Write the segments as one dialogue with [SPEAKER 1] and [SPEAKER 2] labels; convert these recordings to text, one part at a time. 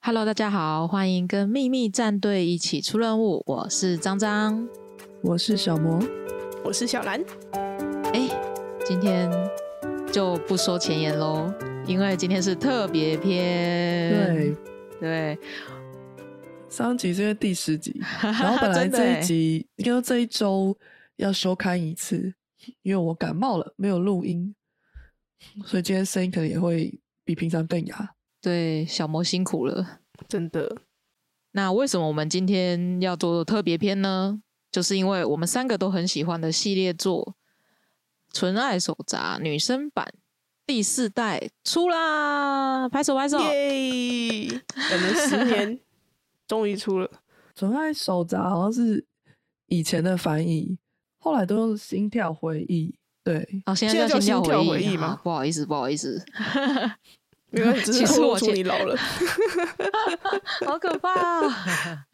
[SPEAKER 1] Hello，大家好，欢迎跟秘密战队一起出任务，我是张张。
[SPEAKER 2] 我是小魔，
[SPEAKER 3] 我是小兰，
[SPEAKER 1] 哎，今天就不说前言喽，因为今天是特别篇。
[SPEAKER 2] 对，
[SPEAKER 1] 对
[SPEAKER 2] 上一集是因为第 十集，然后本来
[SPEAKER 1] 真的
[SPEAKER 2] 这
[SPEAKER 1] 欸
[SPEAKER 2] 一集应该说这一周要休刊一次，因为我感冒了，没有录音，所以今天声音可能也会比平常更哑。
[SPEAKER 1] 对，小魔辛苦了。
[SPEAKER 3] 真的
[SPEAKER 1] 那为什么我们今天要做特别篇呢？就是因为我们三个都很喜欢的系列作《纯爱手札》女生版第四代出啦！拍手拍手！
[SPEAKER 3] 耶！等了十年，终于出了。
[SPEAKER 2] 纯爱手札好像是以前的翻译，后来都用心跳回忆。对，
[SPEAKER 1] 哦，现
[SPEAKER 3] 现
[SPEAKER 1] 在
[SPEAKER 3] 在
[SPEAKER 1] 叫
[SPEAKER 3] 叫
[SPEAKER 1] 心
[SPEAKER 3] 心跳
[SPEAKER 1] 跳
[SPEAKER 3] 回忆
[SPEAKER 1] 啊
[SPEAKER 3] 吗
[SPEAKER 1] 不好意思，不好意思，
[SPEAKER 3] 没关系，只
[SPEAKER 1] 其
[SPEAKER 3] 是
[SPEAKER 1] 实
[SPEAKER 3] 透
[SPEAKER 1] 我
[SPEAKER 3] 露出
[SPEAKER 1] 前
[SPEAKER 3] 你老了。
[SPEAKER 1] 好可怕、啊！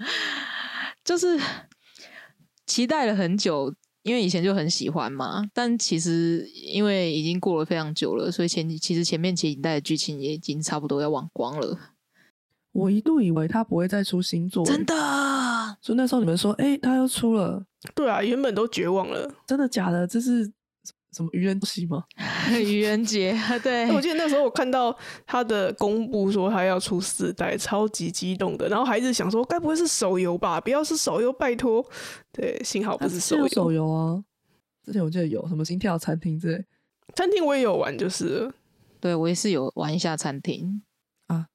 [SPEAKER 1] 就是期待了很久，因为以前就很喜欢嘛，但其实因为已经过了非常久了，所以前其实前面前几代的剧情也已经差不多要忘光了。
[SPEAKER 2] 我一度以为他不会再出新作，
[SPEAKER 1] 真
[SPEAKER 2] 的。
[SPEAKER 1] 的，
[SPEAKER 2] 所以那时候你们说，哎、他又出了，
[SPEAKER 3] 对啊，原本都绝望了。
[SPEAKER 2] 真的假的？这是什么愚人节吗？
[SPEAKER 1] 愚人节，对
[SPEAKER 3] 哎，我记得那时候我看到他的公布说他要出四代，超级激动的，然后还一直想说该不会是手游吧？不要是手游，拜托。对，幸哦好不
[SPEAKER 2] 它
[SPEAKER 3] 是
[SPEAKER 2] 是
[SPEAKER 3] 手
[SPEAKER 2] 有
[SPEAKER 3] 游。
[SPEAKER 2] 手游啊。之前我记得有什么心跳餐厅之类
[SPEAKER 3] 餐厅我也有玩，就是了
[SPEAKER 1] 对我也是有玩一下餐厅，
[SPEAKER 2] 啊。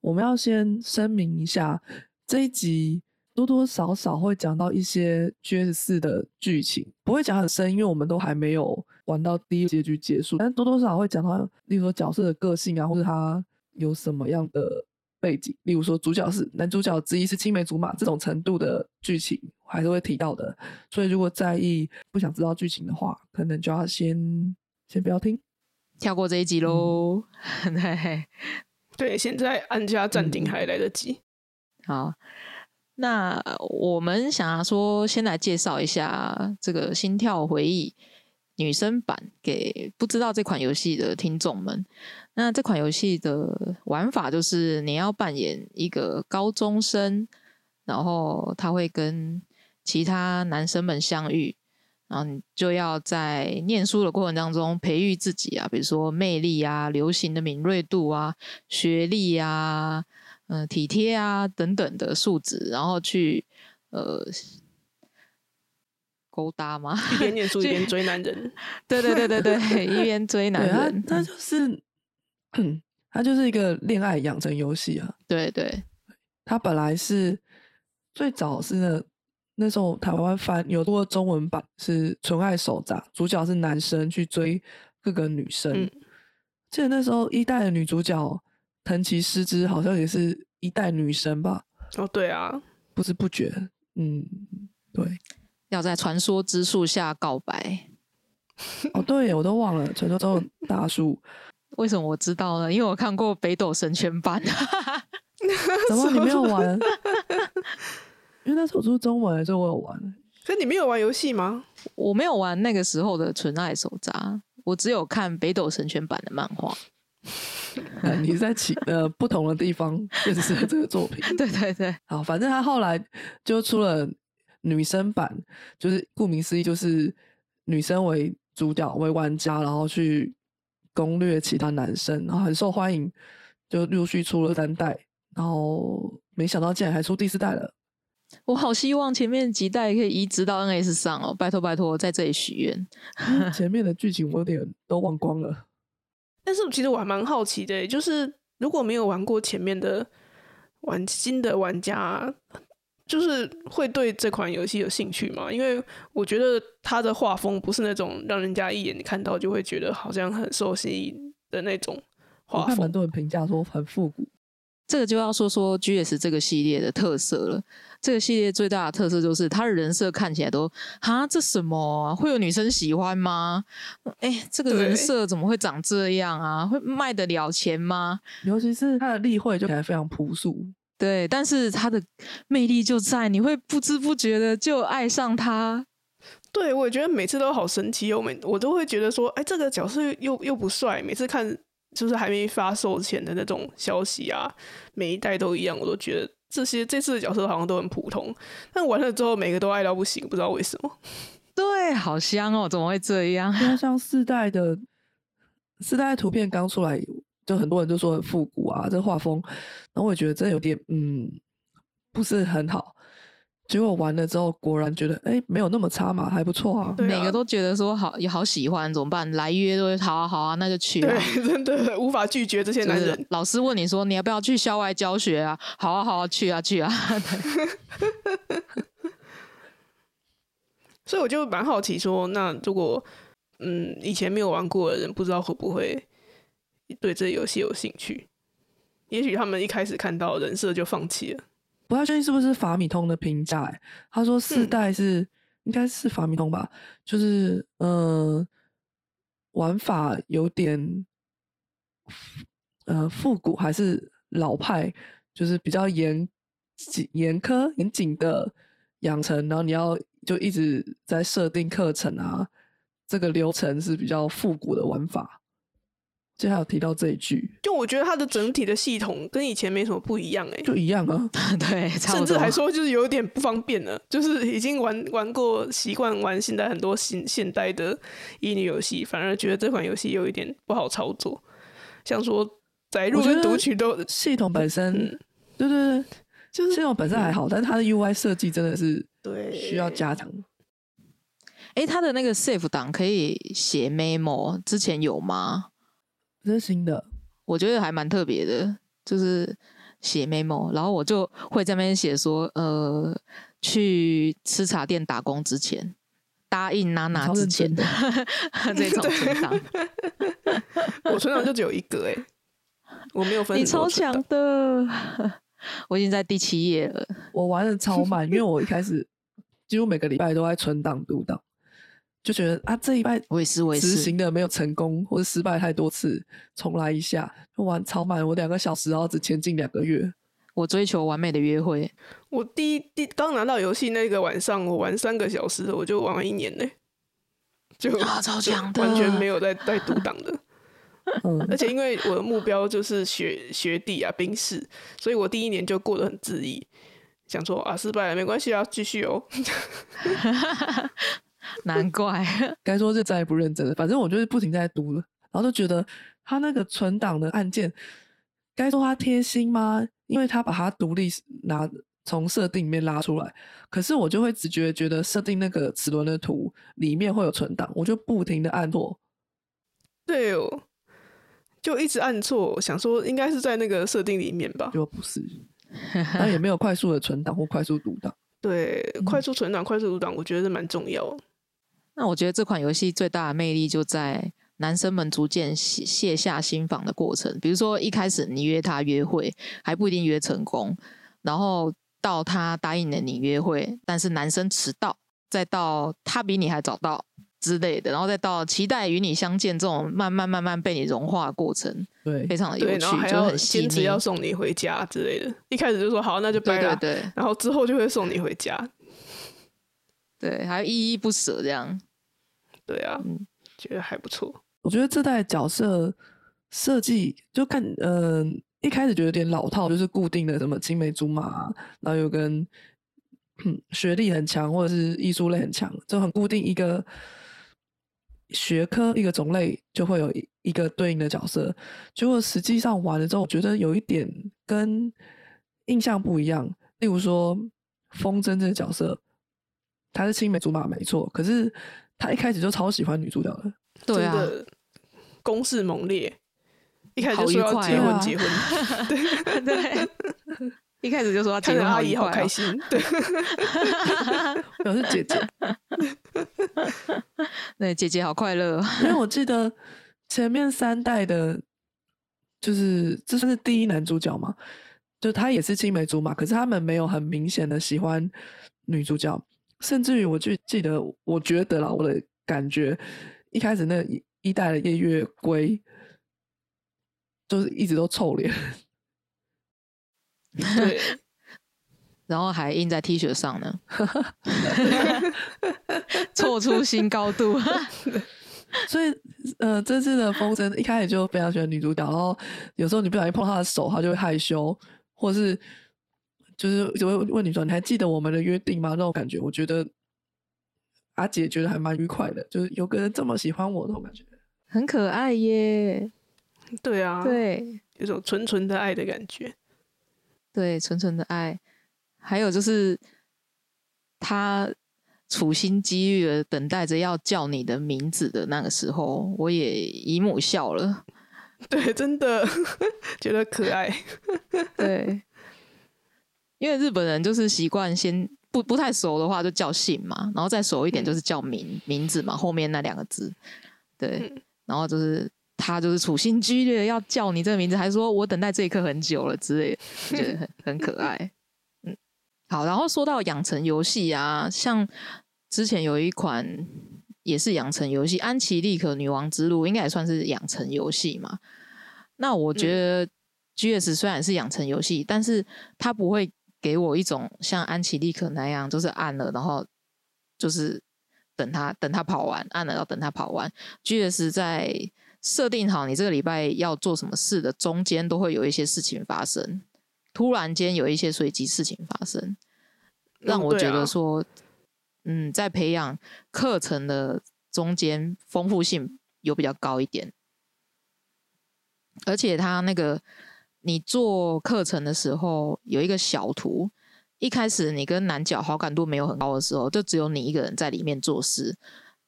[SPEAKER 2] 我们要先声明一下，这一集多多少少会讲到一些 GS 四的剧情，不会讲很深，因为我们都还没有玩到第一结局结束，但多多少少会讲到，例如说角色的个性啊，或者他有什么样的背景，例如说主角是男主角之一是青梅竹马这种程度的剧情，还是会提到的。所以如果在意不想知道剧情的话，可能就要先先不要听。
[SPEAKER 1] 跳过这一
[SPEAKER 3] 嗯
[SPEAKER 1] 集喽。 对，
[SPEAKER 3] 对，现在按下暂停
[SPEAKER 2] 嗯
[SPEAKER 3] 还来得及。
[SPEAKER 1] 好，那我们想要说，先来介绍一下这个《心跳回忆》女生版给不知道这款游戏的听众们。那这款游戏的玩法就是你要扮演一个高中生，然后他会跟其他男生们相遇，然后你就要在念书的过程当中培育自己啊，比如说魅力啊、流行的敏锐度啊、学历啊、嗯、体贴啊等等的素质，然后去呃勾搭吗？
[SPEAKER 3] 一边念书一
[SPEAKER 1] 这
[SPEAKER 3] 边追男人，
[SPEAKER 1] 对对对对对，一边追男
[SPEAKER 2] 对他，
[SPEAKER 1] 人，嗯
[SPEAKER 2] 他就是，他就是一个恋爱养成游戏啊。
[SPEAKER 1] 对对
[SPEAKER 2] 他本来是最早是那那时候台湾翻有过中文版是《纯爱手札》，主角是男生去追各个女生。
[SPEAKER 3] 嗯
[SPEAKER 2] 记得那时候一代的女主角藤崎诗织好像也是一代女生吧，
[SPEAKER 3] 哦，对啊，
[SPEAKER 2] 不知不觉，嗯，对，
[SPEAKER 1] 要在传说之树下告白。
[SPEAKER 2] 哦，对耶，我都忘了传说中的 大叔，
[SPEAKER 1] 为什么我知道呢？因为我看过北斗神拳 版，
[SPEAKER 2] 怎么你没有玩？ 因为那时候出中文，所以我有玩。
[SPEAKER 3] 可你没有玩游戏吗？
[SPEAKER 1] 我没有玩那个时候的《纯爱手札》，我只有看北斗神拳版的漫画。
[SPEAKER 2] 呃你是在其呃不同的地方认识了这个作品。
[SPEAKER 1] 对对对，
[SPEAKER 2] 好，反正他后来就出了女生版，就是顾名思义，就是女生为主角为玩家，然后去攻略其他男生，然后很受欢迎，就陆续出了三代，然后没想到竟然还出第四代了。
[SPEAKER 1] 我好希望前面几代可以移植到 NS 上哦，拜托拜托，在这里许愿。
[SPEAKER 2] 因为前面的剧情我有点都忘光了。
[SPEAKER 3] 但是其实我还蛮好奇的，欸就是如果没有玩过前面的玩新的玩家，就是会对这款游戏有兴趣吗？因为我觉得它的画风不是那种让人家一眼看到就会觉得好像很受吸引的那种
[SPEAKER 2] 我
[SPEAKER 3] 画
[SPEAKER 2] 看蛮
[SPEAKER 3] 风。
[SPEAKER 2] 多人评价说很复古，
[SPEAKER 1] 这个就要说说 GS 这个系列的特色了。这个系列最大的特色就是它的人设看起来都哈，这什么、啊、会有女生喜欢吗？哎，这个
[SPEAKER 3] 对
[SPEAKER 1] 人设怎么会长这样啊？会卖得了钱吗？
[SPEAKER 2] 尤其是他的例会就看起来非常朴素，
[SPEAKER 1] 对，但是它的魅力就在，你会不知不觉的就爱上他。
[SPEAKER 3] 对，我也觉得每次都好神奇哦，每我都会觉得说，哎，这个角色又又不帅，每次看就是还没发售前的那种消息啊，每一代都一样，我都觉得这些这次的角色好像都很普通，但玩了之后每个都爱到不行，不知道为什么。
[SPEAKER 1] 对，好香哦，怎么会这样？
[SPEAKER 2] 因为像四代的四代的图片刚出来，就很多人就说很复古啊，这画风，然后我也觉得真的有点嗯不是很好。结果玩了之后，果然觉得哎没有那么差嘛，还不错啊。
[SPEAKER 3] 对啊
[SPEAKER 1] 每个都觉得说好也好喜欢，怎么办？来约都会好啊好啊，那就去啊。
[SPEAKER 3] 对，真的无法拒绝这些
[SPEAKER 1] 就
[SPEAKER 3] 男
[SPEAKER 1] 是
[SPEAKER 3] 人。
[SPEAKER 1] 老师问你说你要不要去校外教学啊？好啊好啊，去啊去啊。
[SPEAKER 3] 所以我就蛮好奇说，那如果嗯以前没有玩过的人，不知道会不会对这游戏有兴趣？也许他们一开始看到人设就放弃了。
[SPEAKER 2] 不太确定是不是法米通的评价、欸，他说四
[SPEAKER 3] 嗯
[SPEAKER 2] 代是、应该是法米通吧，就是呃玩法有点呃复古还是老派，就是比较严谨、严苛、严谨的养成，然后你要就一直在设定课程啊，这个流程是比较复古的玩法。接下来有提到这一句，
[SPEAKER 3] 就我觉得它的整体的系统跟以前没什么不一样哎、
[SPEAKER 2] 就一样啊，
[SPEAKER 1] 对，差
[SPEAKER 3] 甚
[SPEAKER 1] 不
[SPEAKER 3] 至
[SPEAKER 1] 多。
[SPEAKER 3] 还说就是有点不方便了，就是已经玩玩过习惯玩现代很多新现代的乙女游戏，反而觉得这款游戏有一点不好操作，像说载入
[SPEAKER 2] 我觉
[SPEAKER 3] 跟
[SPEAKER 2] 得
[SPEAKER 3] 读取都
[SPEAKER 2] 系统本身，
[SPEAKER 3] 嗯
[SPEAKER 2] 对对对，
[SPEAKER 3] 就
[SPEAKER 2] 这
[SPEAKER 3] 是
[SPEAKER 2] 种本身还好，但是它的 UI 设计真的是
[SPEAKER 3] 对
[SPEAKER 2] 需要加强。
[SPEAKER 1] 哎、他的那个 save 档可以写 memo，之前有吗？
[SPEAKER 2] 这是新的，
[SPEAKER 1] 我觉得还蛮特别的，就是写 memo，然后我就会在那边写说，呃，去吃茶店打工之前，答应娜娜
[SPEAKER 2] 超
[SPEAKER 1] 呃之
[SPEAKER 2] 认
[SPEAKER 1] 前
[SPEAKER 2] 真的
[SPEAKER 1] 这种存档，
[SPEAKER 3] 我存档就只有一个哎、我没有分
[SPEAKER 1] 你
[SPEAKER 3] 很
[SPEAKER 1] 超
[SPEAKER 3] 多存档
[SPEAKER 1] 强的，我已经在第七页了。
[SPEAKER 2] 我玩的超慢，因为我一开始几乎每个礼拜都在存档读档，就觉得啊这一拜
[SPEAKER 1] 我也是，我也
[SPEAKER 2] 执
[SPEAKER 1] 是，
[SPEAKER 2] 行的没有成功，或者失败太多次，重来一下，就玩超慢，我两个小时，然后只前进两个月。
[SPEAKER 1] 我追求完美的约会，
[SPEAKER 3] 我第一第刚拿到游戏那个晚上，我玩三个小时，我就玩完一年呢、就
[SPEAKER 1] 啊超
[SPEAKER 3] 就
[SPEAKER 1] 强的
[SPEAKER 3] 完全没有在在读档的。
[SPEAKER 2] 嗯，
[SPEAKER 3] 而且因为我的目标就是学学弟啊，兵士，所以我第一年就过得很恣意，想说啊失败了没关系啊，继续哦。
[SPEAKER 1] 难怪
[SPEAKER 2] 该说是再也不认真了，反正我就是不停在读了，然后就觉得他那个存档的按键，该说他贴心吗？因为他把它独立拿从设定里面拉出来，可是我就会直觉觉得设定那个齿轮的图里面会有存档，我就不停的按错，
[SPEAKER 3] 对哦，就一直按错，想说应该是在那个设定里面吧
[SPEAKER 2] 结。果不是，然后也没有快速的存档或快速读档，
[SPEAKER 3] 对，
[SPEAKER 1] 嗯
[SPEAKER 3] 快速存档、快速读档，我觉得是蛮重要的。
[SPEAKER 1] 那我觉得这款游戏最大的魅力就在男生们逐渐卸卸下心防的过程。比如说一开始你约他约会，还不一定约成功，然后到他答应了你约会，但是男生迟到，再到他比你还早到之类的，然后再到期待与你相见这种慢慢慢慢被你融化的过程，
[SPEAKER 2] 对
[SPEAKER 1] 非，常的有
[SPEAKER 3] 对，
[SPEAKER 1] 趣，
[SPEAKER 3] 然后还
[SPEAKER 1] 就
[SPEAKER 3] 要
[SPEAKER 1] 很细
[SPEAKER 3] 坚持
[SPEAKER 1] 腻。
[SPEAKER 3] 要送你回家之类的。一开始就说好，那就
[SPEAKER 1] 对
[SPEAKER 3] 拜
[SPEAKER 1] 对
[SPEAKER 3] 了。
[SPEAKER 1] 对
[SPEAKER 3] 然后之后就会送你回家。
[SPEAKER 1] 对，还依依不舍这样。
[SPEAKER 3] 对啊，
[SPEAKER 1] 嗯
[SPEAKER 3] 觉得还不错。
[SPEAKER 2] 我觉得这代角色设计就看，嗯、一开始觉得有点老套，就是固定的什么青梅竹马啊、然后又跟 嗯学历很强或者是艺术类很强，就很固定一个学科一个种类就会有一一个对应的角色。结果实际上玩了之后，我觉得有一点跟印象不一样。例如说，风筝这个角色，他是青梅竹马没错，可是他一开始就超喜欢女主角的。
[SPEAKER 1] 对啊，
[SPEAKER 3] 真的攻势猛烈，一开始就
[SPEAKER 1] 好愉
[SPEAKER 3] 说要
[SPEAKER 1] 快
[SPEAKER 3] 结
[SPEAKER 2] 哦
[SPEAKER 3] 婚，结 婚，
[SPEAKER 1] 对， 一开始就说要结
[SPEAKER 3] 看着
[SPEAKER 1] 婚，
[SPEAKER 3] 阿姨好
[SPEAKER 1] 愉快哦
[SPEAKER 3] 开心。对，
[SPEAKER 2] 我是姐姐，
[SPEAKER 1] 对，姐姐好快乐哦。
[SPEAKER 2] 因为我记得前面三代的，就是这算是第一男主角嘛，就他也是青梅竹马，可是他们没有很明显的喜欢女主角，甚至于我就记得，我觉得啦，我的感觉，一开始那一一代的夜月归，就是一直都臭脸，
[SPEAKER 3] 对，
[SPEAKER 1] 然后还印在 T 恤上 呢，错出新高度。
[SPEAKER 2] 所以呃，这次的风筝一开始就非常喜欢女主角，然后有时候你不小心碰她的手，她就会害羞，或是就是就会问你说：“你还记得我们的约定吗？”那种感觉，我觉得阿姐觉得还蛮愉快的，就是有个人这么喜欢我那种感觉。
[SPEAKER 1] 很可爱耶。
[SPEAKER 3] 对啊，，
[SPEAKER 1] 对
[SPEAKER 3] 有种纯纯的爱的感觉。
[SPEAKER 1] 对，纯纯的爱，还有就是他处心积虑的等待着要叫你的名字的那个时候，我也姨母笑了。
[SPEAKER 3] 对，真的 觉得可爱。
[SPEAKER 1] 对，因为日本人就是习惯先不不太熟的话就叫姓嘛，然后再熟一点就是叫名、名字嘛，后面那两个字。对，然后就是他就是处心积虑的要叫你这个名字，还说我等待这一刻很久了之类的，我觉得很很可爱。嗯，好，然后说到养成游戏啊，像之前有一款。也是养成游戏，《安琪丽可女王之路》应该也算是养成游戏嘛。那我觉得 GS 虽然是养成游戏，但是它不会给我一种像安琪丽可那样，就是按了然后就是等它等它跑完，按了要等它跑完。GS 在设定好你这个礼拜要做什么事的中间，都会有一些事情发生，突然间有一些随机事情发生，让
[SPEAKER 3] 嗯
[SPEAKER 1] 我
[SPEAKER 3] 对
[SPEAKER 1] 觉得
[SPEAKER 3] 啊
[SPEAKER 1] 说，嗯，在培养课程的中间丰富性有比较高一点，而且它那个你做课程的时候有一个小图，一开始你跟男角好感度没有很高的时候，就只有你一个人在里面做事。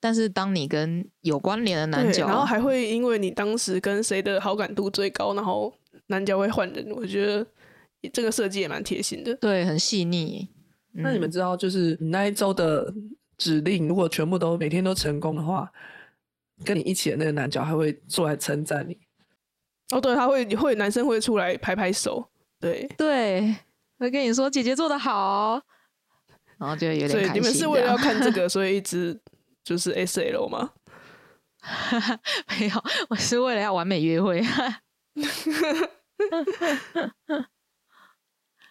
[SPEAKER 1] 但是当你跟有关联的男
[SPEAKER 3] 对，
[SPEAKER 1] 角，
[SPEAKER 3] 然后还会因为你当时跟谁的好感度最高，然后男角会换人。我觉得这个设计也蛮贴心的。
[SPEAKER 1] 对，很细腻。
[SPEAKER 2] 那你
[SPEAKER 1] 嗯
[SPEAKER 2] 们知道，就是你那一周的指令，如果全部都每天都成功的话，跟你一起的那个男角还会出来称赞你。
[SPEAKER 3] 哦，对，他会会男生会出来拍拍手，对，
[SPEAKER 1] 对，会跟你说姐姐做的好，哦然后就有
[SPEAKER 3] 所
[SPEAKER 1] 点
[SPEAKER 3] 以
[SPEAKER 1] 开心这样。
[SPEAKER 3] 你们是为了要看这个，所以一直就是 S L 吗？
[SPEAKER 1] 没有，我是为了要完美约会。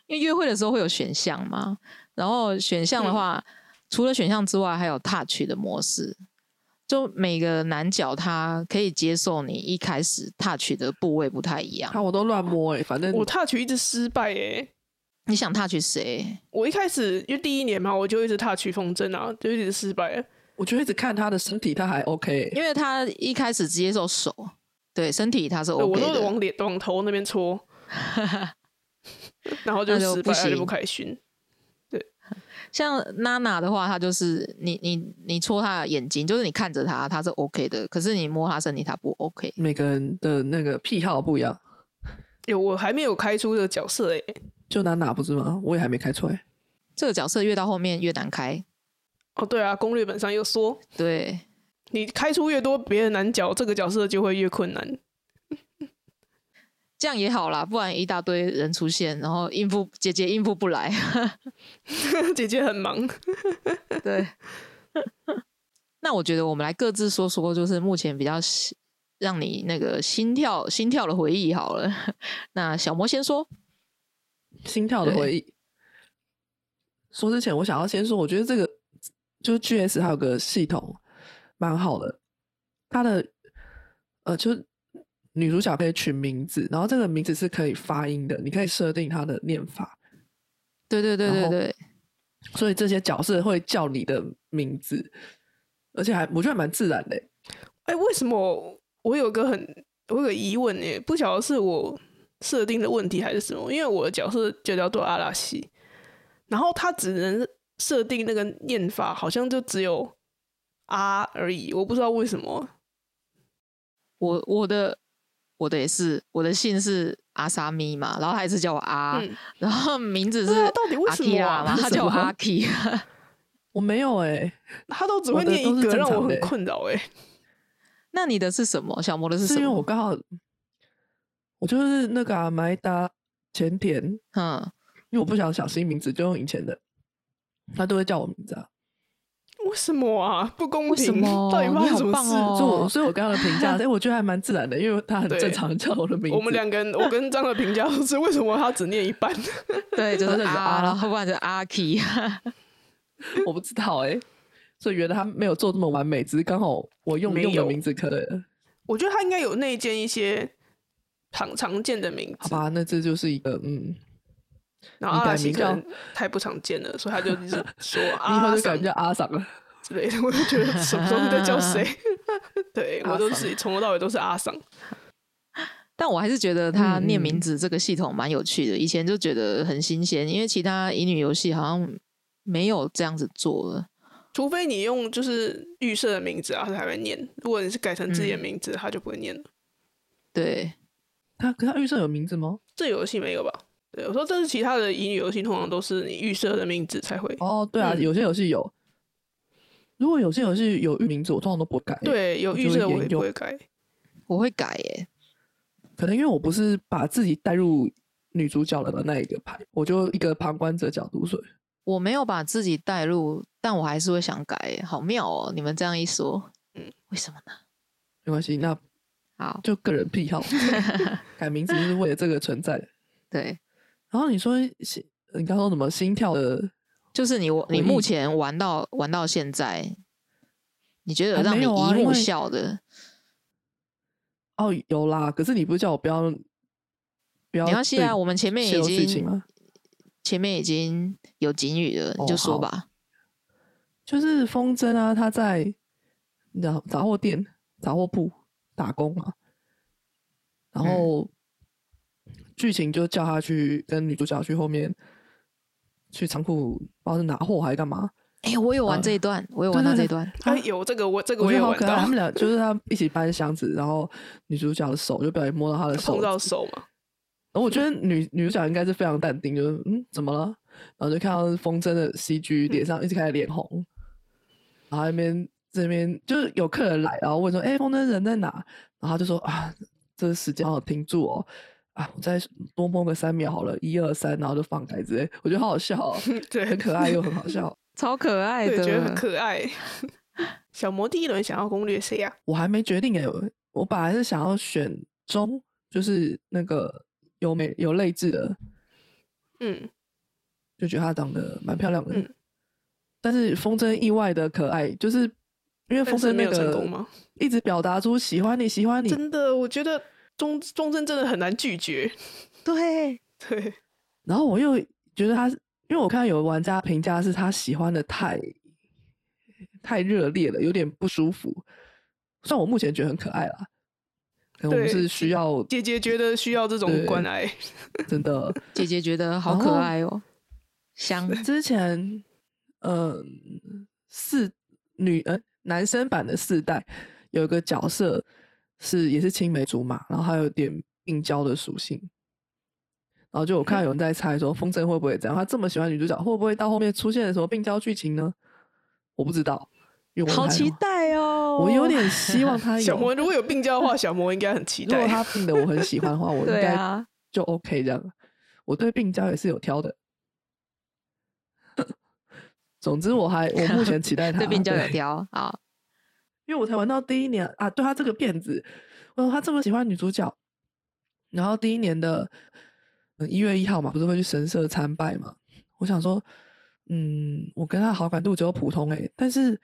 [SPEAKER 1] 因为约会的时候会有选项嘛，然后选项的话，除了选项之外，还有 touch 的模式。就每个男角他可以接受你一开始 touch 的部位不太一样。
[SPEAKER 2] 看我都乱摸哎、
[SPEAKER 1] 嗯
[SPEAKER 2] 反正
[SPEAKER 3] 我 touch 一直失败诶、
[SPEAKER 1] 你想 touch 谁？
[SPEAKER 3] 我一开始因为第一年嘛，我就一直 touch 风筝啊，就一直失败了。
[SPEAKER 2] 我就一直看他的身体，他还 OK 欸。
[SPEAKER 1] 因为他一开始接受手，对身体他是
[SPEAKER 3] 对
[SPEAKER 1] OK
[SPEAKER 3] 我都
[SPEAKER 1] 的。
[SPEAKER 3] 往脸往头那边 戳，然后就
[SPEAKER 1] 那就
[SPEAKER 3] 失
[SPEAKER 1] 不
[SPEAKER 3] 败，他就
[SPEAKER 1] 行
[SPEAKER 3] 不开心。
[SPEAKER 1] 像娜娜的话，她就是你你你戳她的眼睛，就是你看着她，她是 OK 的，可是你摸她身体，她不 OK。
[SPEAKER 2] 每个人的那个癖好不一样，
[SPEAKER 3] 有我还没有开出这个角色欸诶、
[SPEAKER 2] 就拿哪不是吗？我也还没开出来。
[SPEAKER 1] 这个角色越到后面越难开，
[SPEAKER 3] 哦，对啊，攻略本上又说，
[SPEAKER 1] 对
[SPEAKER 3] 你开出越多别的男角，这个角色就会越困难。
[SPEAKER 1] 这样也好啦，不然一大堆人出现，然后应付姐姐应付不来。
[SPEAKER 3] 姐姐很忙，
[SPEAKER 1] 对，那我觉得我们来各自说说，就是目前比较喜让你那个心跳心跳的回忆好了。 那小魔先说，
[SPEAKER 2] 心跳的
[SPEAKER 1] 对
[SPEAKER 2] 回忆。说之前，我想要先说，我觉得这个就是 GS 还有个系统蛮好的，它的呃，就是女主角可以取名字，然后这个名字是可以发音的，你可以设定它的念法，
[SPEAKER 1] 对对对
[SPEAKER 2] 然
[SPEAKER 1] 对
[SPEAKER 2] 后
[SPEAKER 1] 对，
[SPEAKER 2] 所以这些角色会叫你的名字，而且还我觉得还蛮自然的欸。
[SPEAKER 3] 哎、为什么我有个很我有个疑问呢、不晓得是我设定的问题还是什么，因为我的角色就叫做阿拉西，然后他只能设定那个念法，好像就只有啊而已，我不知道为什么。
[SPEAKER 1] 我我的我的也是，我的姓是阿萨咪嘛，然后他一直叫我阿，
[SPEAKER 3] 嗯，
[SPEAKER 1] 然后名字是
[SPEAKER 3] 对啊，到底为
[SPEAKER 1] 阿
[SPEAKER 3] 什
[SPEAKER 1] K
[SPEAKER 3] 么、
[SPEAKER 1] 啦嘛，
[SPEAKER 3] 啊？
[SPEAKER 1] 他叫我
[SPEAKER 2] 为什么
[SPEAKER 1] 阿 K，
[SPEAKER 2] 我没有哎、
[SPEAKER 3] 他都只
[SPEAKER 2] 我
[SPEAKER 3] 会
[SPEAKER 2] 的
[SPEAKER 3] 念
[SPEAKER 2] 都
[SPEAKER 3] 一
[SPEAKER 2] 是
[SPEAKER 3] 个，
[SPEAKER 2] 正
[SPEAKER 3] 让我
[SPEAKER 2] 常
[SPEAKER 3] 很
[SPEAKER 2] 的
[SPEAKER 3] 困扰哎、
[SPEAKER 1] 那你的是什么？小魔的
[SPEAKER 2] 是
[SPEAKER 1] 什
[SPEAKER 2] 因为
[SPEAKER 1] 么？
[SPEAKER 2] 我刚好我就是那个啊，埋达前田，
[SPEAKER 1] 嗯，
[SPEAKER 2] 因为我不想想新名字，就用以前的，
[SPEAKER 3] 嗯
[SPEAKER 2] 他都会叫我名字啊。
[SPEAKER 3] 为什么啊？不公
[SPEAKER 1] 为什
[SPEAKER 3] 平！
[SPEAKER 1] 么
[SPEAKER 3] 到底发
[SPEAKER 1] 你
[SPEAKER 3] 生什
[SPEAKER 1] 很
[SPEAKER 3] 么
[SPEAKER 1] 棒
[SPEAKER 3] 事？
[SPEAKER 1] 哦
[SPEAKER 2] 所以我，所以我刚刚的 评价，哎，我觉得还蛮自然的，因为他很
[SPEAKER 3] 对
[SPEAKER 2] 正常地叫我的 名字。
[SPEAKER 3] 我们两个人，我跟张的评价都 是为什么他只念一半？
[SPEAKER 1] 对，就是
[SPEAKER 2] 真的是
[SPEAKER 1] 阿，
[SPEAKER 2] 阿
[SPEAKER 1] 然后不然就阿 K，
[SPEAKER 2] 我不知道哎、所以原来他没有做这么完美，只是刚好我用
[SPEAKER 3] 没
[SPEAKER 2] 用的
[SPEAKER 3] 有
[SPEAKER 2] 名字可以了。
[SPEAKER 3] 我觉得它应该有内建一些常常见的名
[SPEAKER 2] 好
[SPEAKER 3] 字，
[SPEAKER 2] 吧，那这就是一个嗯，
[SPEAKER 3] 然后
[SPEAKER 2] 你
[SPEAKER 3] 阿拉
[SPEAKER 2] 改
[SPEAKER 3] 西
[SPEAKER 2] 名
[SPEAKER 3] 可
[SPEAKER 2] 叫
[SPEAKER 3] 能太不常见了，所以他就一直说
[SPEAKER 2] 你以
[SPEAKER 3] 阿
[SPEAKER 2] 后
[SPEAKER 3] 拉
[SPEAKER 2] 就改名
[SPEAKER 3] 桑
[SPEAKER 2] 叫阿桑了。
[SPEAKER 3] 之类的，我就觉得什么时候在叫谁？ 对我都是从头到尾都是阿桑，
[SPEAKER 1] 但我还是觉得他念
[SPEAKER 2] 嗯嗯
[SPEAKER 1] 名字这个系统蛮有趣的，以前就觉得很新鲜，因为其他乙女游戏好像没有这样子做了。
[SPEAKER 3] 除非你用就是预设的名字啊，他才会念。如果你是改成自己的
[SPEAKER 1] 嗯
[SPEAKER 3] 名字，他就不会念了。
[SPEAKER 1] 对，
[SPEAKER 2] 他可他预设有名字吗？
[SPEAKER 3] 这游戏没有吧？对，我说这是其他的乙女游戏，通常都是你预设的名字才会。
[SPEAKER 2] 哦，对啊，
[SPEAKER 3] 嗯
[SPEAKER 2] 有些游戏有。如果有些游戏有名字，我通常都不改。，
[SPEAKER 3] 对，有
[SPEAKER 2] 我
[SPEAKER 3] 预
[SPEAKER 2] 就会
[SPEAKER 3] 设我
[SPEAKER 2] 沿
[SPEAKER 3] 也不
[SPEAKER 2] 用
[SPEAKER 3] 会改。 啊
[SPEAKER 1] 我会改耶、
[SPEAKER 2] 可能因为我不是把自己带入女主角的那一个牌，我就一个旁观者角度，所以
[SPEAKER 1] 我没有把自己带入，但我还是会想改耶，好妙哦！你们这样一说，
[SPEAKER 3] 嗯
[SPEAKER 1] 嗯，为什么呢？
[SPEAKER 2] 没关系。那
[SPEAKER 1] 好，
[SPEAKER 2] 就个人 癖好，改名字就是为了这个存在的。
[SPEAKER 1] 对，
[SPEAKER 2] 然后你说心，你刚说什么心跳的？
[SPEAKER 1] 就是你我你
[SPEAKER 2] 回忆
[SPEAKER 1] 目前玩到玩到现在，你觉得
[SPEAKER 2] 还
[SPEAKER 1] 让
[SPEAKER 2] 没
[SPEAKER 1] 你
[SPEAKER 2] 有啊
[SPEAKER 1] 姨
[SPEAKER 2] 因
[SPEAKER 1] 母
[SPEAKER 2] 为
[SPEAKER 1] 笑的，
[SPEAKER 2] 哦，有啦。可是你不是叫我不要不要
[SPEAKER 1] 没关系啊，
[SPEAKER 2] 对
[SPEAKER 1] 我们前面
[SPEAKER 2] 泄
[SPEAKER 1] 已
[SPEAKER 2] 露事情
[SPEAKER 1] 经
[SPEAKER 2] 吗？
[SPEAKER 1] 前面已经有警语了，你
[SPEAKER 2] 哦
[SPEAKER 1] 就说
[SPEAKER 2] 好
[SPEAKER 1] 吧。
[SPEAKER 2] 就是风筝啊，他在你知道杂货店、杂货铺打工嘛，
[SPEAKER 1] 嗯
[SPEAKER 2] 然后剧情就叫他去跟女主角去后面去仓库，不知道是拿货还是干嘛。
[SPEAKER 1] 哎、我有玩这一段，我有玩
[SPEAKER 2] 对
[SPEAKER 1] 到
[SPEAKER 2] 对
[SPEAKER 1] 这
[SPEAKER 2] 对
[SPEAKER 1] 一段，
[SPEAKER 3] 哎、有这个我这
[SPEAKER 2] 啊
[SPEAKER 3] 个
[SPEAKER 2] 我
[SPEAKER 3] 我
[SPEAKER 2] 觉
[SPEAKER 3] 也
[SPEAKER 2] 得好
[SPEAKER 3] 玩
[SPEAKER 2] 可爱，
[SPEAKER 3] 到
[SPEAKER 2] 他， 们俩就是他一起搬箱子，然后女主角的手就不小心摸到他的手
[SPEAKER 3] 碰
[SPEAKER 2] 指，
[SPEAKER 3] 到手嘛。
[SPEAKER 2] 然后我觉得女女主角应该是非常淡定，就是嗯怎么了？然后就看到风筝的 CG 脸上一直开始脸红，然后那边这边就是有客人来，然后问说：“哎、风筝人在哪？”然后他就说：“啊，这时间好停住哦，啊，我再多摸个三秒好了，一二三，然后就放开之类。”我觉得好好笑、 哦，
[SPEAKER 3] 对，
[SPEAKER 2] 很可爱又很好笑。
[SPEAKER 1] 超可爱
[SPEAKER 3] 对，
[SPEAKER 1] 的，
[SPEAKER 3] 觉得很可 爱。小魔第一轮想要攻略谁呀、啊
[SPEAKER 2] 我还没决定哎、我本来是想要选中，就是那个有美有泪痣的，
[SPEAKER 3] 嗯，
[SPEAKER 2] 就觉得她长得蛮漂亮的。
[SPEAKER 3] 嗯
[SPEAKER 2] 但是风筝意外的可爱，就是因为风
[SPEAKER 3] 但是
[SPEAKER 2] 筝
[SPEAKER 3] 没
[SPEAKER 2] 那
[SPEAKER 3] 有成功
[SPEAKER 2] 个
[SPEAKER 3] 吗？
[SPEAKER 2] 一直表达出喜欢你，喜欢你，
[SPEAKER 3] 真的，我觉得中中身真的很难拒绝。
[SPEAKER 1] 对，
[SPEAKER 3] 对，
[SPEAKER 2] 然后我又觉得他，因为我看到有玩家评价是他喜欢的太太热烈了，有点不舒服。虽然我目前觉得很可爱啦，可能我们
[SPEAKER 3] 对
[SPEAKER 2] 是需要
[SPEAKER 3] 姐姐觉得需要这种
[SPEAKER 2] 对
[SPEAKER 3] 关爱，
[SPEAKER 2] 真的
[SPEAKER 1] 姐姐觉得好
[SPEAKER 2] 然
[SPEAKER 1] 可
[SPEAKER 2] 后
[SPEAKER 1] 爱 哦，香，
[SPEAKER 2] 之前，嗯，四女呃男生版的四代有一个角色是也是青梅竹马，然后还有点硬交的属性。然后就我看到有人在猜说风筝会不会这样，他这么喜欢女主角，会不会到后面出现什么病交剧情呢？我不知道，因为我
[SPEAKER 1] 好
[SPEAKER 2] 还
[SPEAKER 1] 期待哦，
[SPEAKER 2] 我有点希 望他有。
[SPEAKER 3] 小魔如果有病娇的话，小魔应该很期
[SPEAKER 2] 如果
[SPEAKER 3] 待。
[SPEAKER 2] 他病的我很喜欢 的话，我应
[SPEAKER 1] 对
[SPEAKER 2] 该
[SPEAKER 1] 啊，
[SPEAKER 2] 就 OK 这样。我对病娇也是有挑的。 总之，我还我目前期待他
[SPEAKER 1] 对病娇有
[SPEAKER 2] 对
[SPEAKER 1] 雕啊，
[SPEAKER 2] 因为我才玩到第一年啊，对他这个辫子，我说他这么喜欢女主角，然后第一年的一、1月一呃号嘛，不是会去神社参拜嘛？我想说，嗯，我跟他好感度只有普通诶、欸但是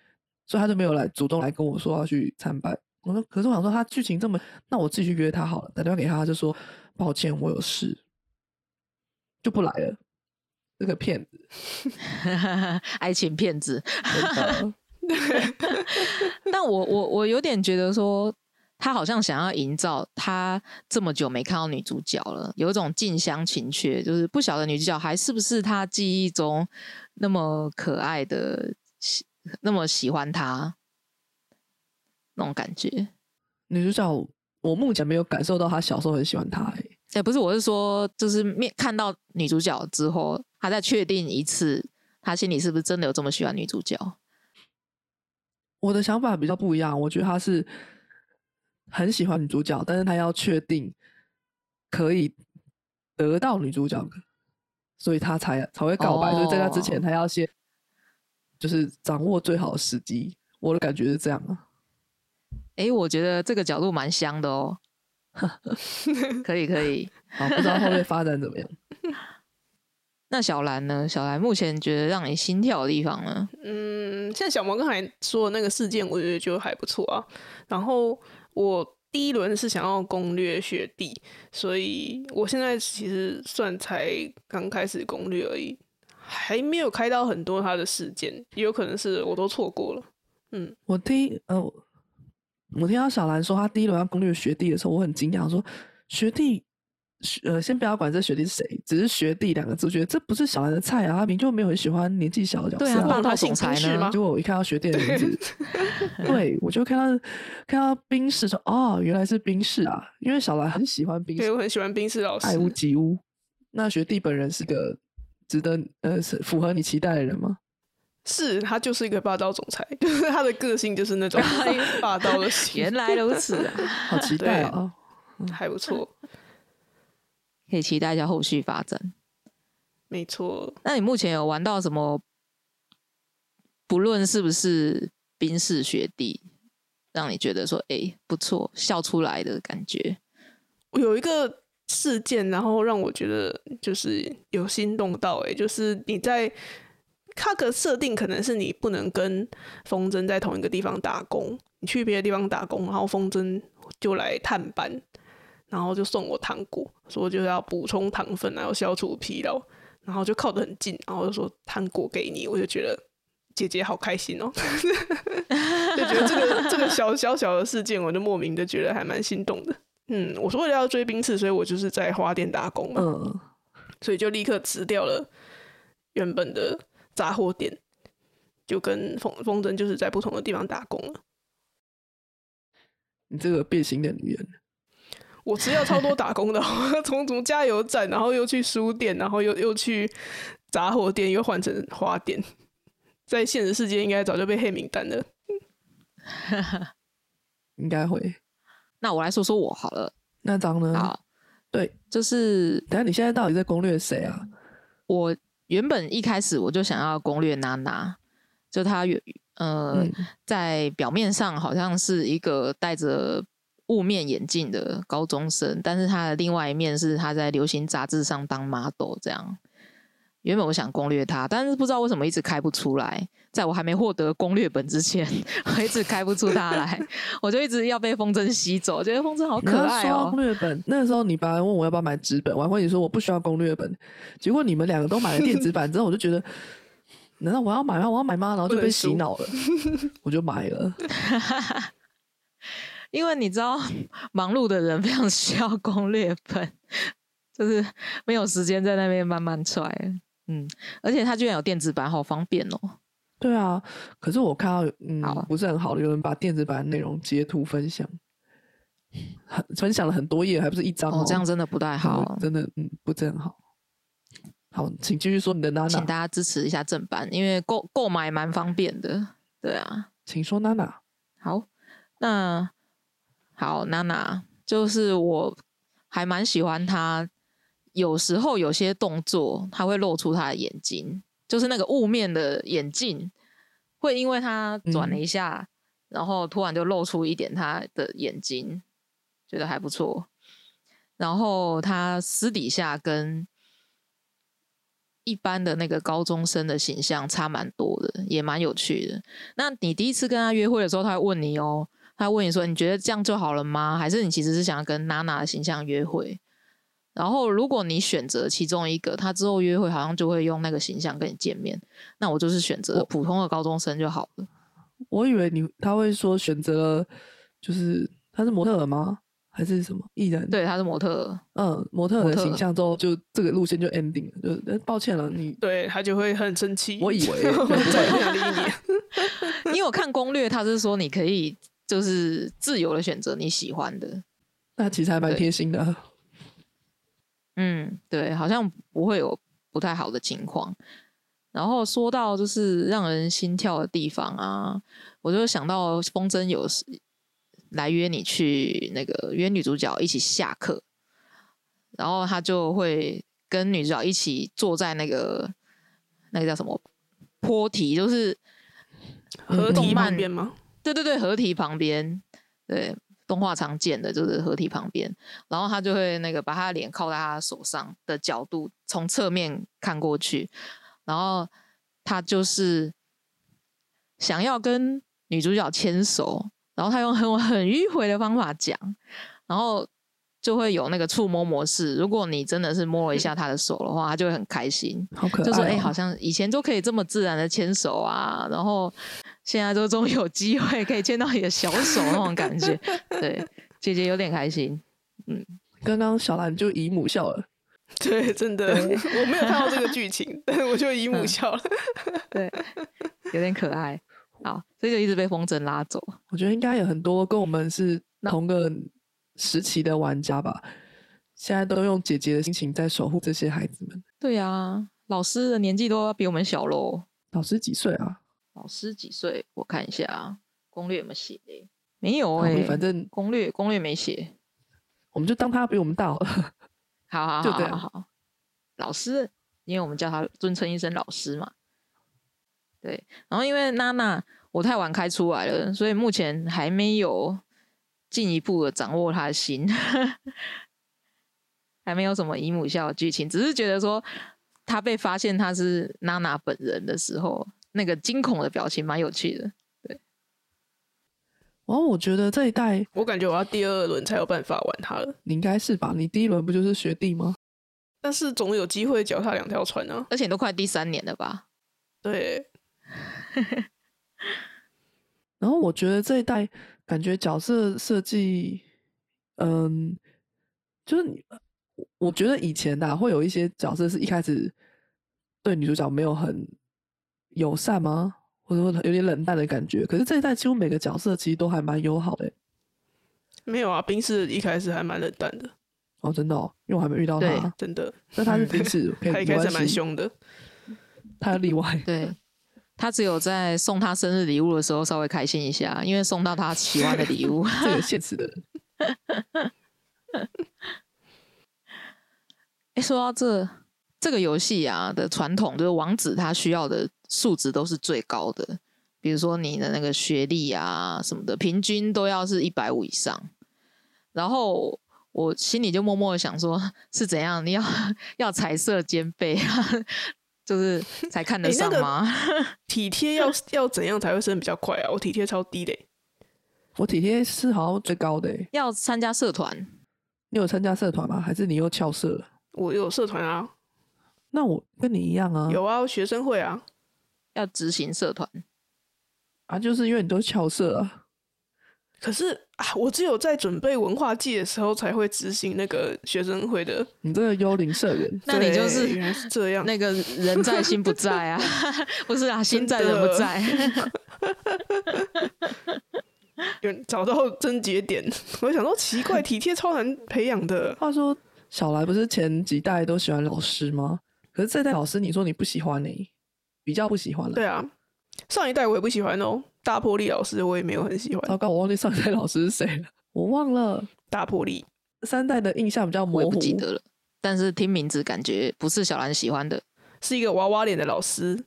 [SPEAKER 2] 所以他就没有来主动来跟我说要去参拜。我说，可是我想说他剧情这么，那我自己去约他好了。打电话给他，他就说抱歉，我有事，就不来了。这个骗子，
[SPEAKER 1] 爱情骗子，
[SPEAKER 2] 真的
[SPEAKER 1] 但我我我有点觉得说，他好像想要营造他这么久没看到女主角了，有一种近乡情怯，就是不晓得女主角还是不是他记忆中那么可爱的，喜那么喜欢他那种感觉。
[SPEAKER 2] 女主角，我目前没有感受到他小时候很喜欢他、欸。
[SPEAKER 1] 哎、不是，我是说，就是面看到女主角之后，他再确定一次，他心里是不是真的有这么喜欢女主角？
[SPEAKER 2] 我的想法比较不一样，我觉得他是很喜欢女主角，但是他要确定可以得到女主角，所以他才才会告白。所以在他之前，
[SPEAKER 1] 哦
[SPEAKER 2] 他要先就是掌握最好的时机。我的感觉是这样啊，
[SPEAKER 1] 哎、我觉得这个角度蛮香的哦。 可以可以，
[SPEAKER 2] 啊，不知道后面发展怎么样。
[SPEAKER 1] 那小兰呢？小兰目前觉得让你心跳的地方 呢？
[SPEAKER 3] 嗯，像小毛刚才说的那个事件，我觉得就还不错啊。然后我第一轮是想要攻略雪地，所以我现在其实算才刚开始攻略而已，还没有开到很多他的事件，也有可能是我都错过了。
[SPEAKER 2] 我听呃，我听到小兰说她第一轮要攻略学弟的时候，我很惊讶，我说学弟，学呃，先不要管这学弟是谁，只是学弟两个字，我觉得这不是小兰的菜啊，她明就没有很喜欢年纪小的角
[SPEAKER 1] 对
[SPEAKER 2] 色、
[SPEAKER 1] 啊，霸
[SPEAKER 3] 他
[SPEAKER 1] 道
[SPEAKER 3] 性
[SPEAKER 1] 总裁
[SPEAKER 3] 侵是
[SPEAKER 1] 呢
[SPEAKER 3] 吗？
[SPEAKER 2] 结果我一看到学弟的名字， 对我就看到看到冰室说，哦，原来是冰室啊，因为小兰很喜欢冰
[SPEAKER 3] 对，
[SPEAKER 2] 室，
[SPEAKER 3] 我很喜欢冰室老师
[SPEAKER 2] 爱，屋及乌。那学弟本人是个值得呃是符合你期待的人吗？
[SPEAKER 3] 是他就是一个霸道总裁， 就是他的个性就是 那种
[SPEAKER 1] 哎
[SPEAKER 3] 霸道的型
[SPEAKER 1] 原，来如此啊，
[SPEAKER 2] 好期待
[SPEAKER 3] 对
[SPEAKER 2] 啊、哦！
[SPEAKER 3] 还不错，
[SPEAKER 1] 可以期待一下后续发展。
[SPEAKER 3] 没错。
[SPEAKER 1] 那你目前有玩到什么？不论是不是冰室学弟，让你觉得说，哎、不错，笑出来的感觉。
[SPEAKER 3] 有一个事件，然后让我觉得就是有心动到诶、就是你在它的设定可能是你不能跟风筝在同一个地方打工，你去别的地方打工，然后风筝就来探班，然后就送我糖果，说就是要补充糖分，然后消除疲劳，然后就靠得很近，然后就说糖果给你，我就觉得。姐姐好开心哦，就觉得这个这个小小小的事件，我就莫名的觉得还蛮心动的。嗯，我是为了要追冰刺，所以我就是在花店打工嘛，
[SPEAKER 2] 嗯，
[SPEAKER 3] 所以就立刻辞掉了原本的杂货店，就跟风风筝就是在不同的地方打工了。
[SPEAKER 2] 你这个变心的女人，
[SPEAKER 3] 我吃掉超多打工的，哦 从从加油站，然后又去书店，然后又又去杂货店，又换成花店。在现实世界应该早就被黑名单了。
[SPEAKER 2] 应该会。
[SPEAKER 1] 那我来说说我好了，
[SPEAKER 2] 那张呢？
[SPEAKER 1] 好，
[SPEAKER 2] 嗯对，
[SPEAKER 1] 就是
[SPEAKER 2] 等下你现在到底在攻略谁啊？
[SPEAKER 1] 我原本一开始我就想要攻略娜娜，就她原呃、
[SPEAKER 2] 嗯，
[SPEAKER 1] 在表面上好像是一个戴着雾面眼镜的高中生，但是他的另外一面是他在流行杂志上当 model 这样。原本我想攻略他，但是不知道为什么一直开不出来。在我还没获得攻略本之前，我一直开不出他来，我就一直要被风筝吸走。我觉得风筝好
[SPEAKER 2] 你
[SPEAKER 1] 可
[SPEAKER 2] 要
[SPEAKER 1] 爱
[SPEAKER 2] 说到
[SPEAKER 1] 哦、
[SPEAKER 2] 攻略本，那个时候你本来问我要不要买纸本，我还跟你说我不需要攻略本，结果你们两个都买了电子版之后，我就觉得，难道我要买吗？我要买吗？然后就
[SPEAKER 3] 不能
[SPEAKER 2] 被洗
[SPEAKER 3] 输
[SPEAKER 2] 脑了，我就买了。
[SPEAKER 1] 因为你知道，忙碌的人非常需要攻略本，就是没有时间在那边慢慢踹。嗯，而且它居然有电子版，好方便哦、
[SPEAKER 2] 对啊，可是我看到嗯
[SPEAKER 1] 好
[SPEAKER 2] 不是很好的，有人把电子版内容截图分享，很分享了很多页，还不是一张
[SPEAKER 1] 哦，这样真的不太
[SPEAKER 2] 嗯
[SPEAKER 1] 好，
[SPEAKER 2] 真的嗯不是很好。好，请继续说你的娜
[SPEAKER 1] 请
[SPEAKER 2] 娜，
[SPEAKER 1] 大家支持一下正版，因为购购买蛮方便的。对啊，
[SPEAKER 2] 请说娜娜。
[SPEAKER 1] 好，那好，娜娜就是我还蛮喜欢她，有时候有些动作她会露出她的眼睛，就是那个雾面的眼镜，会因为她转了一下，然后突然就露出一点她的眼睛，觉得还不错。然后她私底下跟一般的那个高中生的形象差蛮多的，也蛮有趣的。那你第一次跟他约会的时候，他会问你哦，他会问你说你觉得这样就好了吗？还是你其实是想要跟娜娜的形象约会？然后如果你选择其中一个，他之后约会好像就会用那个形象跟你见面。那我就是选择
[SPEAKER 2] 我
[SPEAKER 1] 普通的高中生就好了。
[SPEAKER 2] 我以为你他会说选择了，就是他是模特儿吗？还是什么艺人？，
[SPEAKER 1] 对，他是模特儿，
[SPEAKER 2] 嗯，模特儿
[SPEAKER 1] 模
[SPEAKER 2] 的
[SPEAKER 1] 特
[SPEAKER 2] 形
[SPEAKER 1] 儿
[SPEAKER 2] 象之后，就这个路线就 ending 了，就是呃抱歉 了，你
[SPEAKER 3] 对他就会很生气，
[SPEAKER 2] 我以 为
[SPEAKER 3] 然后
[SPEAKER 2] 不会
[SPEAKER 3] 再也不想理你。
[SPEAKER 1] 因 为我看攻略，他是说你可以就是自由的选择你喜欢的。
[SPEAKER 2] 那其实还蛮
[SPEAKER 1] 对
[SPEAKER 2] 贴心的啊。
[SPEAKER 1] 嗯，对，好像不会有不太好的情况。然后说到就是让人心跳的地方啊，我就想到风筝有时来约你去那个约女主角一起下课，然后他就会跟女主角一起坐在那个那个叫什么坡体，就是
[SPEAKER 3] 合
[SPEAKER 1] 动
[SPEAKER 3] 体
[SPEAKER 1] 漫
[SPEAKER 2] 欸
[SPEAKER 3] 旁边吗？
[SPEAKER 1] 对对对，合体旁边，对，动画常见的，就是合体旁边，然后他就会那个把他的脸靠在他手上的角度，从侧面看过去，然后他就是想要跟女主角牵手，然后他用很 很迂回的方法讲，然后就会有那个触摸模式。如果你真的是摸了一下他的手的话，他就会很开心，
[SPEAKER 2] 好可爱、哦，
[SPEAKER 1] 就说哎、欸好像以前都可以这么自然的牵手啊，然后现在都终于有机会可以牵到你的小手那种感觉。对，姐姐有点开心。
[SPEAKER 2] 刚刚小兰就姨母笑了，
[SPEAKER 3] 对，真的，我没有看到这个剧情， 但是我就姨
[SPEAKER 2] 嗯
[SPEAKER 3] 母笑了。
[SPEAKER 1] 对，有点可爱。好，所以就一直被风筝拉走。
[SPEAKER 2] 我觉得应该有很多跟我们是同个时期的玩家吧，现在都用姐姐的心情在守护这些孩子们。
[SPEAKER 1] 对呀、老师的年纪都要比我们小喽。
[SPEAKER 2] 老师几岁啊？
[SPEAKER 1] 老师几岁？我看一下啊，攻略有没有写嘞？没有
[SPEAKER 2] 好
[SPEAKER 1] 哎、
[SPEAKER 2] 啊反正
[SPEAKER 1] 攻略攻略没写。
[SPEAKER 2] 我们就当他比我们大好了。
[SPEAKER 1] 好好
[SPEAKER 2] 就
[SPEAKER 1] 好
[SPEAKER 2] 这
[SPEAKER 1] 好
[SPEAKER 2] 样
[SPEAKER 1] 好，老师，因为我们叫他尊称一声老师嘛。对，然后因为娜娜我太晚开出来了，所以目前还没有进一步的掌握她的心， 还没有什么姨母笑的剧情，只是觉得说她被发现她是娜娜本人的时候，那个惊恐的表情蛮有趣的。
[SPEAKER 2] 然后我觉得这一代
[SPEAKER 3] 我感觉我要第二轮才有办法玩它了，
[SPEAKER 2] 你应该是吧？你第一轮不就是学弟吗？
[SPEAKER 3] 但是总有机会脚踏两条船啊。
[SPEAKER 1] 而且都快第三年了吧？
[SPEAKER 3] 对，
[SPEAKER 2] 然后我觉得这一代感觉角色设计，嗯，就是你我我觉得以前的、啊、会有一些角色是一开始对女主角没有很友善吗？或者说有点冷淡的感觉。可是这一代几乎每个角色其实都还蛮友好的欸、
[SPEAKER 3] 没有啊，冰室一开始还蛮冷淡的，
[SPEAKER 2] 哦，真的哦，因为我还没遇到
[SPEAKER 1] 对
[SPEAKER 2] 他，
[SPEAKER 3] 真的，
[SPEAKER 2] 但他是
[SPEAKER 1] 嗯
[SPEAKER 2] 平 时可以
[SPEAKER 3] 他
[SPEAKER 2] 没
[SPEAKER 3] 一开始
[SPEAKER 2] 关
[SPEAKER 3] 还蛮
[SPEAKER 2] 系，
[SPEAKER 3] 凶的。
[SPEAKER 2] 他例外。
[SPEAKER 1] 对，他只有在送他生日礼物的时候稍微开心一下，因为送到他喜欢的礼物。
[SPEAKER 2] 这个现实的人，
[SPEAKER 1] 哎、说到这这个游戏啊的传统，就是王子他需要的数值都是最高的，比如说你的那个学历啊什么的，平均都要是一百五以上。然后我心里就默默的想说，是怎样？你要要彩色兼备啊，就是才看得
[SPEAKER 3] 诶那
[SPEAKER 1] 上
[SPEAKER 3] 个
[SPEAKER 1] 吗？
[SPEAKER 3] 体贴要要怎样才会升比较快啊？我体贴超低的欸、
[SPEAKER 2] 我体贴是好像最高的欸。
[SPEAKER 1] 要参加社团，
[SPEAKER 2] 你有参加社团吗？还是你又翘社了？
[SPEAKER 3] 我有社团啊，
[SPEAKER 2] 那我跟你一样
[SPEAKER 1] 嗯
[SPEAKER 2] 啊，
[SPEAKER 3] 有啊，学生会啊，
[SPEAKER 1] 要执行社团。
[SPEAKER 2] 啊，就是因为你都翘社啊。
[SPEAKER 3] 可是啊，我只有在准备文化季的时候才会执行那个学生会的。
[SPEAKER 2] 你这个幽灵社员，
[SPEAKER 1] 那你就
[SPEAKER 3] 对
[SPEAKER 1] 是
[SPEAKER 3] 原来是这样，
[SPEAKER 1] 那个人在心不在啊， 不是啊，心在人不在。
[SPEAKER 3] 原找到症结点。 我想说奇怪，体贴超难培养 的，
[SPEAKER 2] 话说小来不是前几代都喜欢老师吗？可是这代老师，你说你不喜欢呢、欸比较不喜欢了。
[SPEAKER 3] 对啊，上一代我也不喜欢哦，大破力老师我也没有很喜
[SPEAKER 1] 哦
[SPEAKER 3] 欢，
[SPEAKER 2] 糟糕，我忘记上一代老师是谁了，我忘了。
[SPEAKER 3] 大破力
[SPEAKER 2] 三代的印象比较
[SPEAKER 1] 我
[SPEAKER 2] 模
[SPEAKER 1] 也
[SPEAKER 2] 糊，
[SPEAKER 1] 不记得了。但是听名字感觉不是小兰喜欢的，
[SPEAKER 3] 是一个娃娃脸的老师，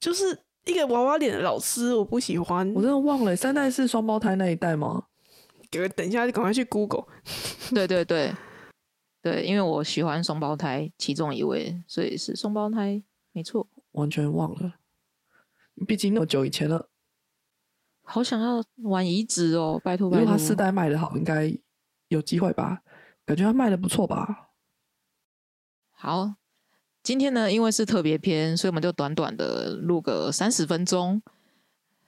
[SPEAKER 3] 就是一个娃娃脸的老师，我不喜欢。
[SPEAKER 2] 我真的忘了、欸三代是双胞胎那一代吗？
[SPEAKER 3] 给我等一下，赶快去 Google。
[SPEAKER 1] 对对对对，因为我喜欢双胞胎其中一位，所以是双胞胎，没错。
[SPEAKER 2] 完全忘了，毕竟那么久以前了。
[SPEAKER 1] 好想要玩移植哦，拜托
[SPEAKER 2] 如
[SPEAKER 1] 拜
[SPEAKER 2] 果
[SPEAKER 1] 托。
[SPEAKER 2] 他四代啊卖的好，应该有机会吧？感觉他卖的不错吧？
[SPEAKER 1] 好，今天呢，因为是特别篇，所以我们就短短的录个三十分钟。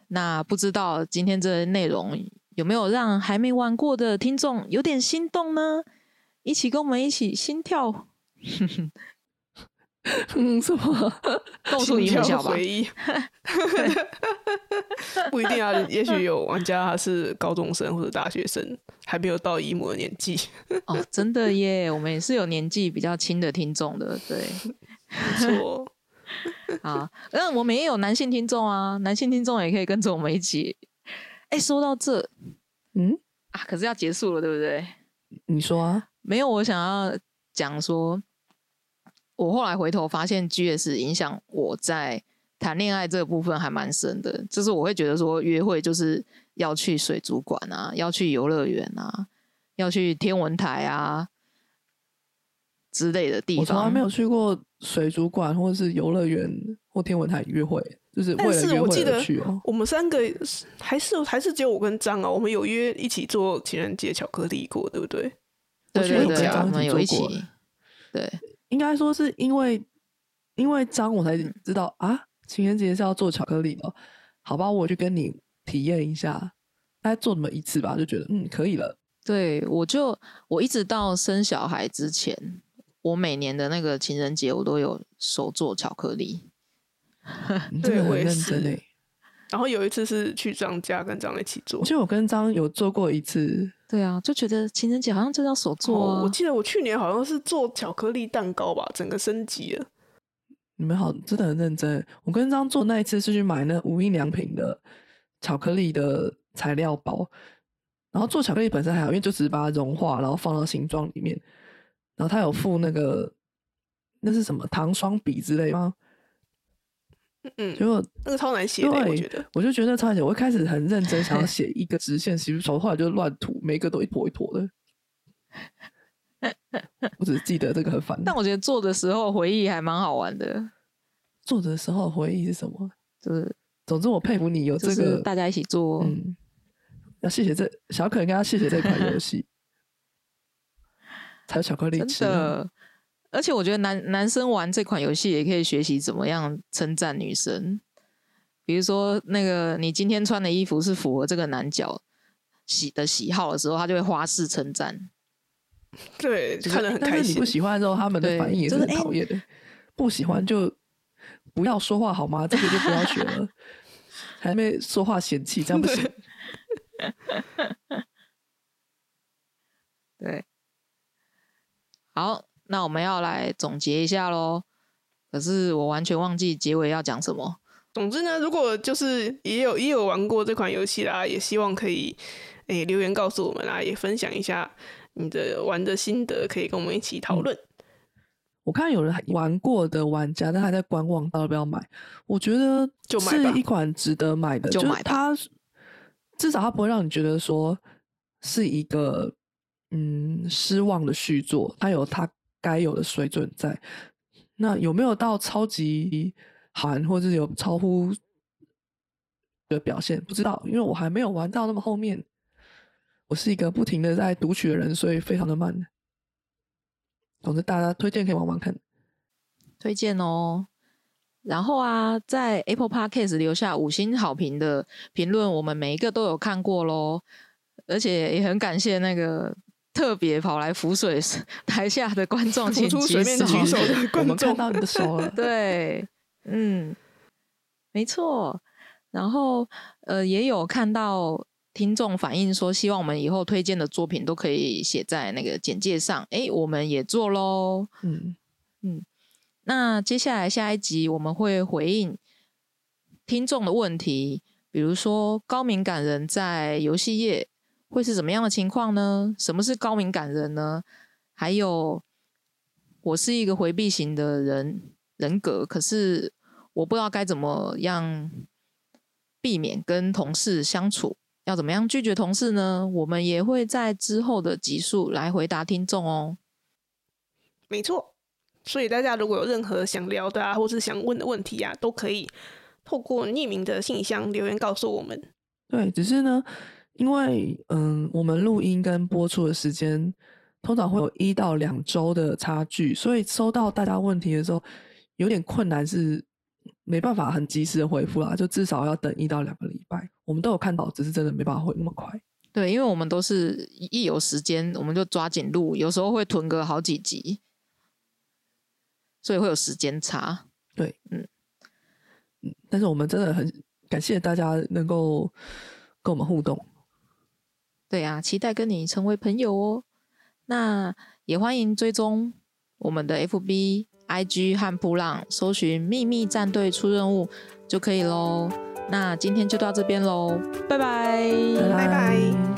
[SPEAKER 1] 那不知道今天这内容有没有让还没玩过的听众有点心动呢？一起跟我们一起心跳，
[SPEAKER 2] 嗯，什么？
[SPEAKER 1] 动出一
[SPEAKER 3] 心
[SPEAKER 1] 幕
[SPEAKER 3] 跳
[SPEAKER 1] 笑吧
[SPEAKER 3] 回。忆， 啊不一定啊，也许有玩家他是高中生或者大学生，还没有到姨母的年纪，
[SPEAKER 1] 哦，真的耶，我们也是有年纪比较轻的听众的，对。
[SPEAKER 3] 没错。
[SPEAKER 1] 啊，那我们也有男性听众啊，男性听众也可以跟着我们一起。哎、说到这
[SPEAKER 2] 嗯，
[SPEAKER 1] 啊，可是要结束了，对不对？
[SPEAKER 2] 你说啊？
[SPEAKER 1] 没有，我想要讲说，我后来回头发现 GS 影响我在谈恋爱这个部分还蛮深的，就是我会觉得说，约会就是要去水族馆啊，要去游乐园啊，要去天文台啊之类的地
[SPEAKER 2] 我从来
[SPEAKER 1] 方。
[SPEAKER 2] 没有去过水族馆或者是游乐园或天文台约会，就是为
[SPEAKER 3] 但
[SPEAKER 2] 了
[SPEAKER 3] 是
[SPEAKER 2] 约
[SPEAKER 3] 我
[SPEAKER 2] 会
[SPEAKER 3] 记
[SPEAKER 2] 而
[SPEAKER 3] 得
[SPEAKER 2] 去哦。
[SPEAKER 3] 我们三个是还是还是只有我跟张啊，我们有约一起做情人节巧克力过，对不对？
[SPEAKER 1] 对对
[SPEAKER 2] 我去你
[SPEAKER 1] 对，
[SPEAKER 2] 家
[SPEAKER 1] 我们
[SPEAKER 2] 一起
[SPEAKER 1] 有一
[SPEAKER 2] 做过
[SPEAKER 1] 起，对
[SPEAKER 2] 应该说是因为因为张我才知道、啊，情人节是要做巧克力的哦，好吧，我去跟你体验一下，大概做那么一次吧，就觉得嗯可以了。
[SPEAKER 1] 对，我就我一直到生小孩之前，我每年的那个情人节我都有手做巧克力。
[SPEAKER 2] 你嗯真
[SPEAKER 3] 对
[SPEAKER 2] 的
[SPEAKER 3] 我
[SPEAKER 2] 很
[SPEAKER 3] 也
[SPEAKER 2] 认
[SPEAKER 3] 是
[SPEAKER 2] 真欸诶、
[SPEAKER 3] 然后有一次是去张家跟张一起做
[SPEAKER 2] 我，记得我跟张有做过一次，
[SPEAKER 1] 对啊，就觉得情人节好像真的要手做
[SPEAKER 3] 哦
[SPEAKER 1] 啊。
[SPEAKER 3] 我记得我去年好像是做巧克力蛋糕吧，整个升级了。
[SPEAKER 2] 你们好，真的很认真欸。我跟张做那一次是去买那无印良品的巧克力的材料包，然后做巧克力本身还好，因为就只是把它融化，然后放到形状里面。然后它有附那个那是什么糖霜笔之类吗？
[SPEAKER 3] 嗯，
[SPEAKER 2] 结果
[SPEAKER 3] 那个超难写
[SPEAKER 2] 对，
[SPEAKER 3] 的，欸我觉得。
[SPEAKER 2] 我就觉得超级，我一开始很认真想要写一个直线洗手，后来就乱涂，每一个都一坨一坨的。我只记得这个很烦。
[SPEAKER 1] 但我觉得做的时候回忆还蛮好玩的，
[SPEAKER 2] 做的时候的回忆是什么？
[SPEAKER 1] 就是
[SPEAKER 2] 总之我佩服你有
[SPEAKER 1] 就
[SPEAKER 2] 这
[SPEAKER 1] 是
[SPEAKER 2] 个
[SPEAKER 1] 大家一起做。
[SPEAKER 2] 嗯，要谢谢这小可，应该要谢谢这款游 戏，才有巧克力
[SPEAKER 1] 真
[SPEAKER 2] 吃。
[SPEAKER 1] 的。而且我觉得男男生玩这款游戏也可以学习怎么样称赞女生，比如说那个你今天穿的衣服是符合这个男角喜的喜好的时候，他就会花式称赞。
[SPEAKER 3] 对，
[SPEAKER 2] 就是
[SPEAKER 3] 看得
[SPEAKER 2] 诶
[SPEAKER 3] 很
[SPEAKER 2] 但
[SPEAKER 3] 开
[SPEAKER 2] 是你
[SPEAKER 3] 心
[SPEAKER 2] 不。喜欢之后，他们的
[SPEAKER 1] 对
[SPEAKER 2] 反应也
[SPEAKER 1] 就是是
[SPEAKER 2] 很
[SPEAKER 3] 哎
[SPEAKER 1] 诶
[SPEAKER 2] 讨厌的。不喜欢就不要说话好吗？这个就不要学了，还没说话嫌弃，这样不行。
[SPEAKER 1] 对，好，那我们要来总结一下喽。可是我完全忘记结尾要讲什么。
[SPEAKER 3] 总之呢，如果就是也有也有玩过这款游戏啦，也希望可以诶、留言告诉我们啦，啊也分享一下你的玩的心得，可以跟我们一起
[SPEAKER 2] 嗯
[SPEAKER 3] 讨论。
[SPEAKER 2] 我看有人还玩过的玩家，但还在观望，到底要不要买？我觉得
[SPEAKER 3] 就买
[SPEAKER 2] 是
[SPEAKER 3] 吧
[SPEAKER 2] 一款值得买的，
[SPEAKER 1] 就
[SPEAKER 2] 就是
[SPEAKER 1] 买吧
[SPEAKER 2] 它至少它不会让你觉得说是一个嗯失望的续作，它有它该有的水准在。那有没有到超级好玩，或者是有超乎的表现？不知道，因为我还没有玩到那么后面。我是一个不停的在读取的人，所以非常的慢。总之，大家推荐可以玩玩看。
[SPEAKER 1] 推荐哦。然后啊，在 Apple Podcast 留下五星好评的评论，我们每一个都有看过喽，而且也很感谢那个特别跑来浮水 台下的观众，
[SPEAKER 3] 浮
[SPEAKER 1] 请
[SPEAKER 3] 出
[SPEAKER 1] 举
[SPEAKER 3] 水面举手
[SPEAKER 1] 手。，
[SPEAKER 3] 的
[SPEAKER 2] 我
[SPEAKER 3] 观
[SPEAKER 2] 们看
[SPEAKER 3] 众，
[SPEAKER 2] 到你的手了
[SPEAKER 1] 对，嗯，没错。然后呃，也有看到听众反映说，希望我们以后推荐的作品都可以写在那个简介上。诶，我们也做喽。
[SPEAKER 2] 嗯，
[SPEAKER 1] 那接下来下一集我们会回应听众的问题，比如说高敏感人在游戏业会是怎么样的情况呢？什么是高敏感人呢？还有，我是一个回避型的人人格，可是我不知道该怎么样避免跟同事相处，要怎么样拒绝同事呢？我们也会在之后的集数来回答听众哦。
[SPEAKER 3] 没错。所以大家如果有任何想聊的啊，或是想问的问题啊，都可以透过匿名的信箱留言告诉我们。
[SPEAKER 2] 对，只是呢，因为嗯，我们录音跟播出的时间通常会有一到两周的差距，所以收到大家问题的时候有点困难，是没办法很及时的回复啦，就至少要等一到两个礼拜。我们都有看到，只是真的没办法回那么快。
[SPEAKER 1] 对，因为我们都是一一有时间我们就抓紧录，有时候会囤个好几集，所以会有时间差。
[SPEAKER 2] 但是我们真的很感谢大家能够跟我们互动。
[SPEAKER 1] 对啊，期待跟你成为朋友哦。那也欢迎追踪我们的 FB、IG 和扑浪，搜寻“秘密战队出任务”就可以喽。那今天就到这边喽，拜拜。
[SPEAKER 3] 嗯拜拜